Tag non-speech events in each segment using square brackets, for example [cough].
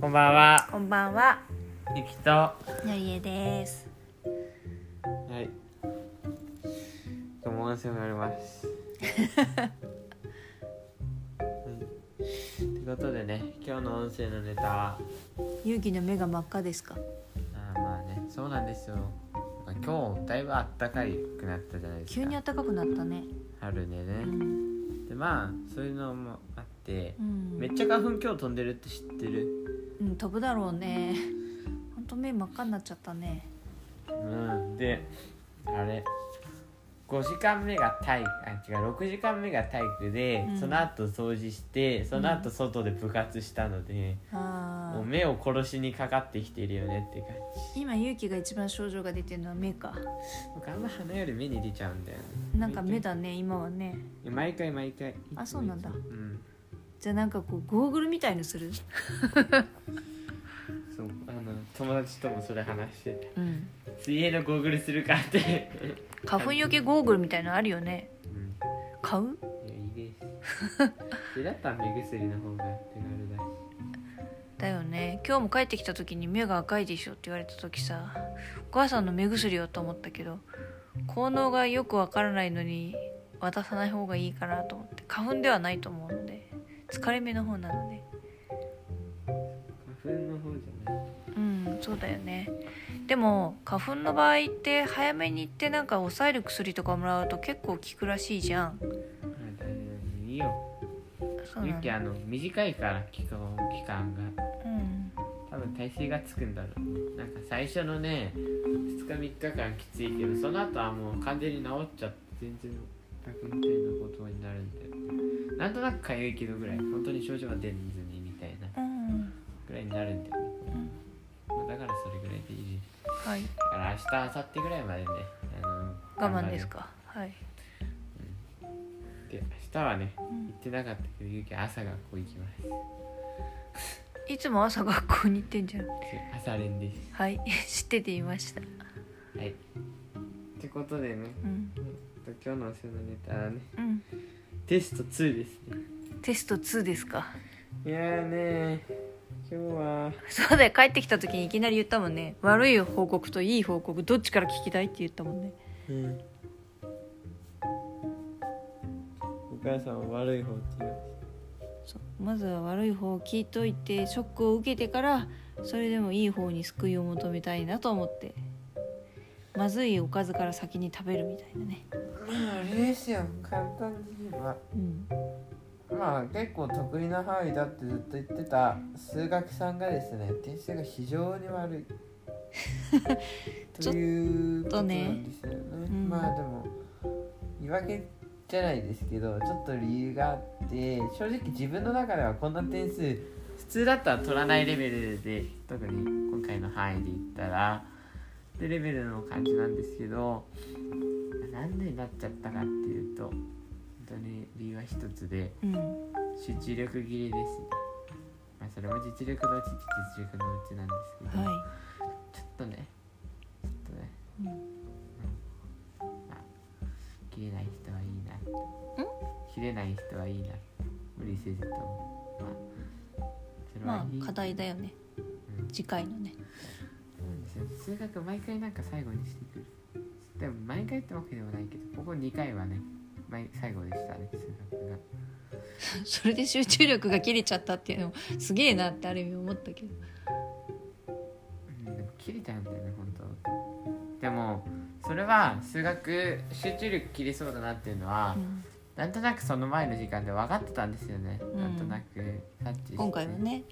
こんばんは、こんばんは、ゆきと。はのりえです。い。友達もやり [laughs] ます。うん。ということでね、今日の音声のネタは、ゆうきの目が真っ赤ですか。あーまあね、そうなんですよ。まあ今日だいぶ暖かいくなったじゃないですか。急に暖かくなったね。春でうね。ん。で、まあ、そういうのもあってう、んめっちゃ花粉今日飛んでるって知ってるうん、飛ぶだろうね。本当目真っ赤になっちゃったね。うん。で、あれ。5時間目が体育あ違う6時間目が体育で、うんその後掃除してその後外で部活したので、あもうあ。目を殺しにかかってきてるよねって感今ゆうきが一番症状が出てるのは目か。じ僕あんま鼻より目に出ちゃうんだよねなんか目だね、今はね。毎回毎回あそうなんだうんじゃあなんかこうゴーグルみたいのする。そうあの友達ともそれ話しててうん。水泳のゴーグルするかって、花粉よけゴーグルみたいのあるよね。うん買う。いやいいです [laughs] それだったら目薬の方が手軽だしだよね今日も帰ってきた時に目が赤いでしょって言われた時さお母さんの目薬をと思ったけど効能がよくわからないのに渡さない方がいいかなと思って花粉ではないと思うので疲れ目の方なので花粉の方じゃないうんそうだよねでも花粉の場合って早めに行ってなんか抑える薬とかもらうと結構効くらしいじゃんあ大丈夫いいよそうゆなんきだあの短いから期間期間がうん多分耐性がつくんだろうねなんか最初のね2日3日間きついけどその後はもう完全に治っちゃって全然楽みたいなことになるんだよねなんとなく痒いけどぐらい本当に症状が出ずにみたいなうんぐらいになるんだよね、うんまあだからそれぐらいでいいですはいだから明日明後日ぐらいまでねあの我慢ですかかはい、で明日はねう行んってなかったけどゆうきは朝学校行きますいつも朝学校に行ってんじゃん朝練ですはい、 [laughs] 知ってていました。はいってことでねうん、今日のお世話のネタはねうん、テスト2ですねテスト2ですか。 [laughs] いやーねー今日はそうだよ、帰ってきた時にいきなり言ったもんね。悪い報告といい報告、どっちから聞きたいって言ったもんね。うんお母さんは悪い方って言いまそうまずは悪い方を聞いといて、ショックを受けてから、それでもいい方に救いを求めたいなと思って。まずいおかずから先に食べるみたいなしね。たまああれですよ簡単に言えばうん、まあ結構得意な範囲だってずっと言ってた数学さんがですね点数が非常に悪い [laughs] ちょっとねということなんですよね、うんまあでも言い訳じゃないですけどちょっと理由があって正直自分の中ではこんな点数普通だったら取らないレベルで特に今回の範囲で言ったらでレベルの感じなんですけどなんでなっちゃったかっていうと本当に理由は一つで。うん、集中力切れですね、まあ、それも実力のうち実力のうちなんですけど、はちょっとねちょっとねい。切れない人はいいな切れない人はいいな無理せずともまあそれまはいい、あ、課題だよね。うん次回のね。 [laughs] そうなんですよ数学毎回なんか最後にしてくるでも毎回ってわけでもないけどここ2回はね毎最後でしたね数学がそれで集中力が切れちゃったっていうのも、すげえなってある意味思ったけど。うんでも切れちゃうんだよね本当でもそれは数学集中力切れそうだなっていうのは、うんなんとなくその前の時間で分かってたんですよね、んなんとなく察知して今回はね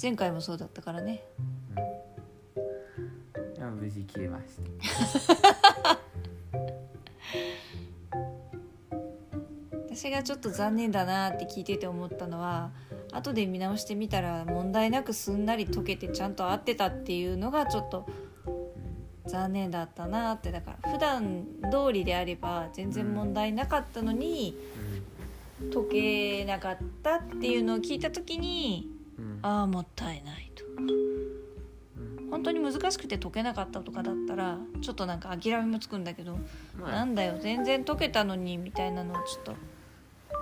前回もそうだったからねでも無事切れました私がちょっと残念だなって聞いてて思ったのは後で見直してみたら問題なくすんなり解けてちゃんと合ってたっていうのがちょっと残念だったなってだから普段通りであれば全然問題なかったのに解けなかったっていうのを聞いた時にうんうんああもったいないとうん本当に難しくて解けなかったとかだったらちょっとなんか諦めもつくんだけどまなあんだよ全然解けたのにみたいなのをちょっと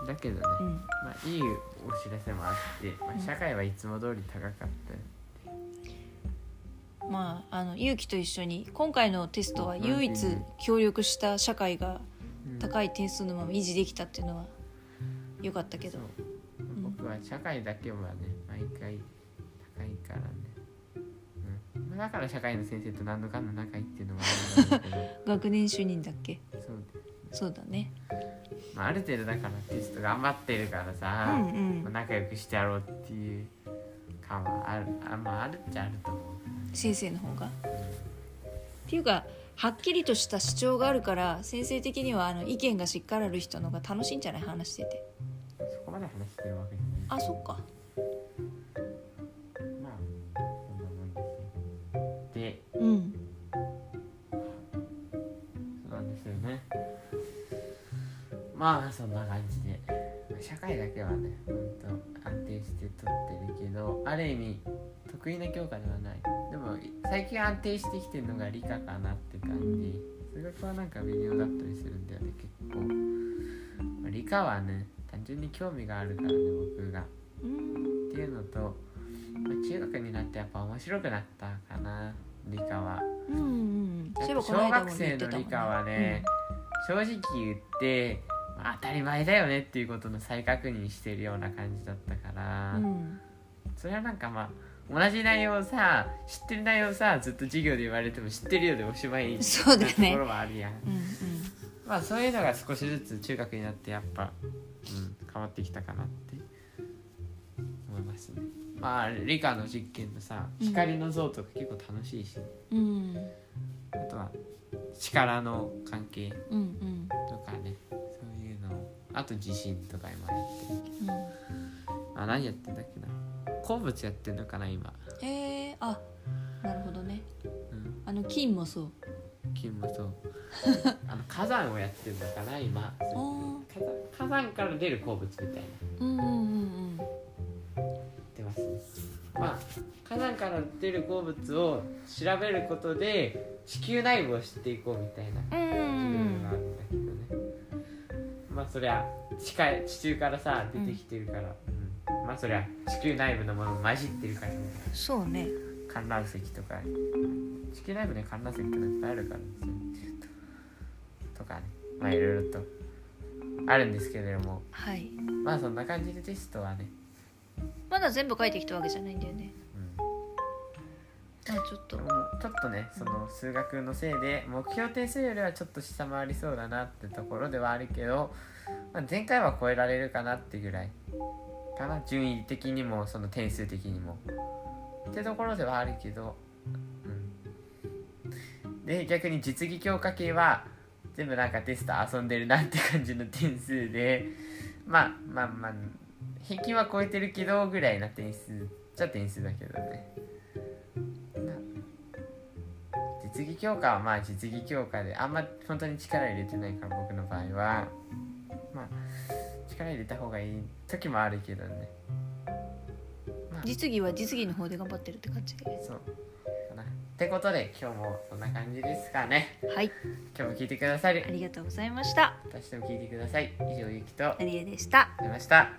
だけどね、うんまあ、いいお知らせもあって、まうあ、ん社会はいつも通り高かったよ、まああの勇気と一緒に今回のテストは唯一協力した社会がうん高い点数のまま維持できたっていうのは良かったけどそう僕は社会だけはね毎回高いからね、うんまあ、だから社会の先生と何度かの仲いいっていうのもあるんだろう学年主任だっけ [laughs] けどそうでそうだねまあ、ある程度だからテスト頑張ってるからうさ、んうまあん仲良くしてやろうっていう感はあるあ,、まあ、あるっちゃあると思先生の方が。っていうかはっきりとした主張があるから先生的にはあの意見がしっかりある人の方が楽しいんじゃない話しててうそこまで話してるわけじゃあそっかないまあそんなもんですよでうんそうなんですよねまあそんな感じでまあ社会だけはねほんと安定して取ってるけどある意味得意な教科ではないでもい最近安定してきてるのが理科かなって感じ数学はなんか微妙だったりするんだよね結構、まあ理科はね単純に興味があるからね僕がうんっていうのと、まあ中学になってやっぱ面白くなったかな理科はうんうんそういえばこの小間学も生言ってのたも理ん科はね、正直言って、まあ当たり前だよねっていうことの再確認してるような感じだったから、うんうんそれはなんかまあ同じ内容をさ知ってる内容をさずっと授業で言われても知ってるようでおしまいなそうだねところはあるやん、うんまあそういうのが少しずつ中学になってやっぱ、うん、変わってきたかなって思いますねまあ理科の実験のさうん光の像とか結構楽しいし、うんあとは力の関係うんうんとかねそういうのをあと地震とか今やってるけどうんあ何やってんだっけな鉱物やってんのかな今、えー、あなるほどねうん、あの金もそう金もそう [laughs] あの火山をやってんのかな今お火山火山から出る鉱物みたいなやうんうんうんってますねまあ火山から出る鉱物を調べることで地球内部を知っていこうみたいなうんうっんてういうのがあるんんだけどね、まあそりゃ地下地中からさ出てきてるから、うんまあそりゃ地球内部のものも混じってるからねそうね観覧席とか地球内部には観覧席とかいっぱいあるからですよとかねまあいろいろとあるんですけれどもはいまあそんな感じでテストはね、まだ全部書いてきたわけじゃないんだよねうんまあちょっとでもちょっとねその数学のせいで目標点数よりはちょっと下回りそうだなってところではあるけど、まあ、前回は超えられるかなってぐらいかな順位的にもその点数的にもってところではあるけど、うん、で逆に実技強化系は全部なんかテスト遊んでるなって感じの点数でまあまあまあ平均は超えてるけどぐらいな点数じゃ点数だけどね。な実技教科はまあ実技教科であんま本当に力入れてないから僕の場合はまあ力入れた方がいい時もあるけどね実技は実技の方で頑張ってるって感じでそうかなってことで今日もそんな感じですかねはい今日も聞いてくださりありがとうございました私でも聞いてください以上ゆきとありがとうナリエでしたございました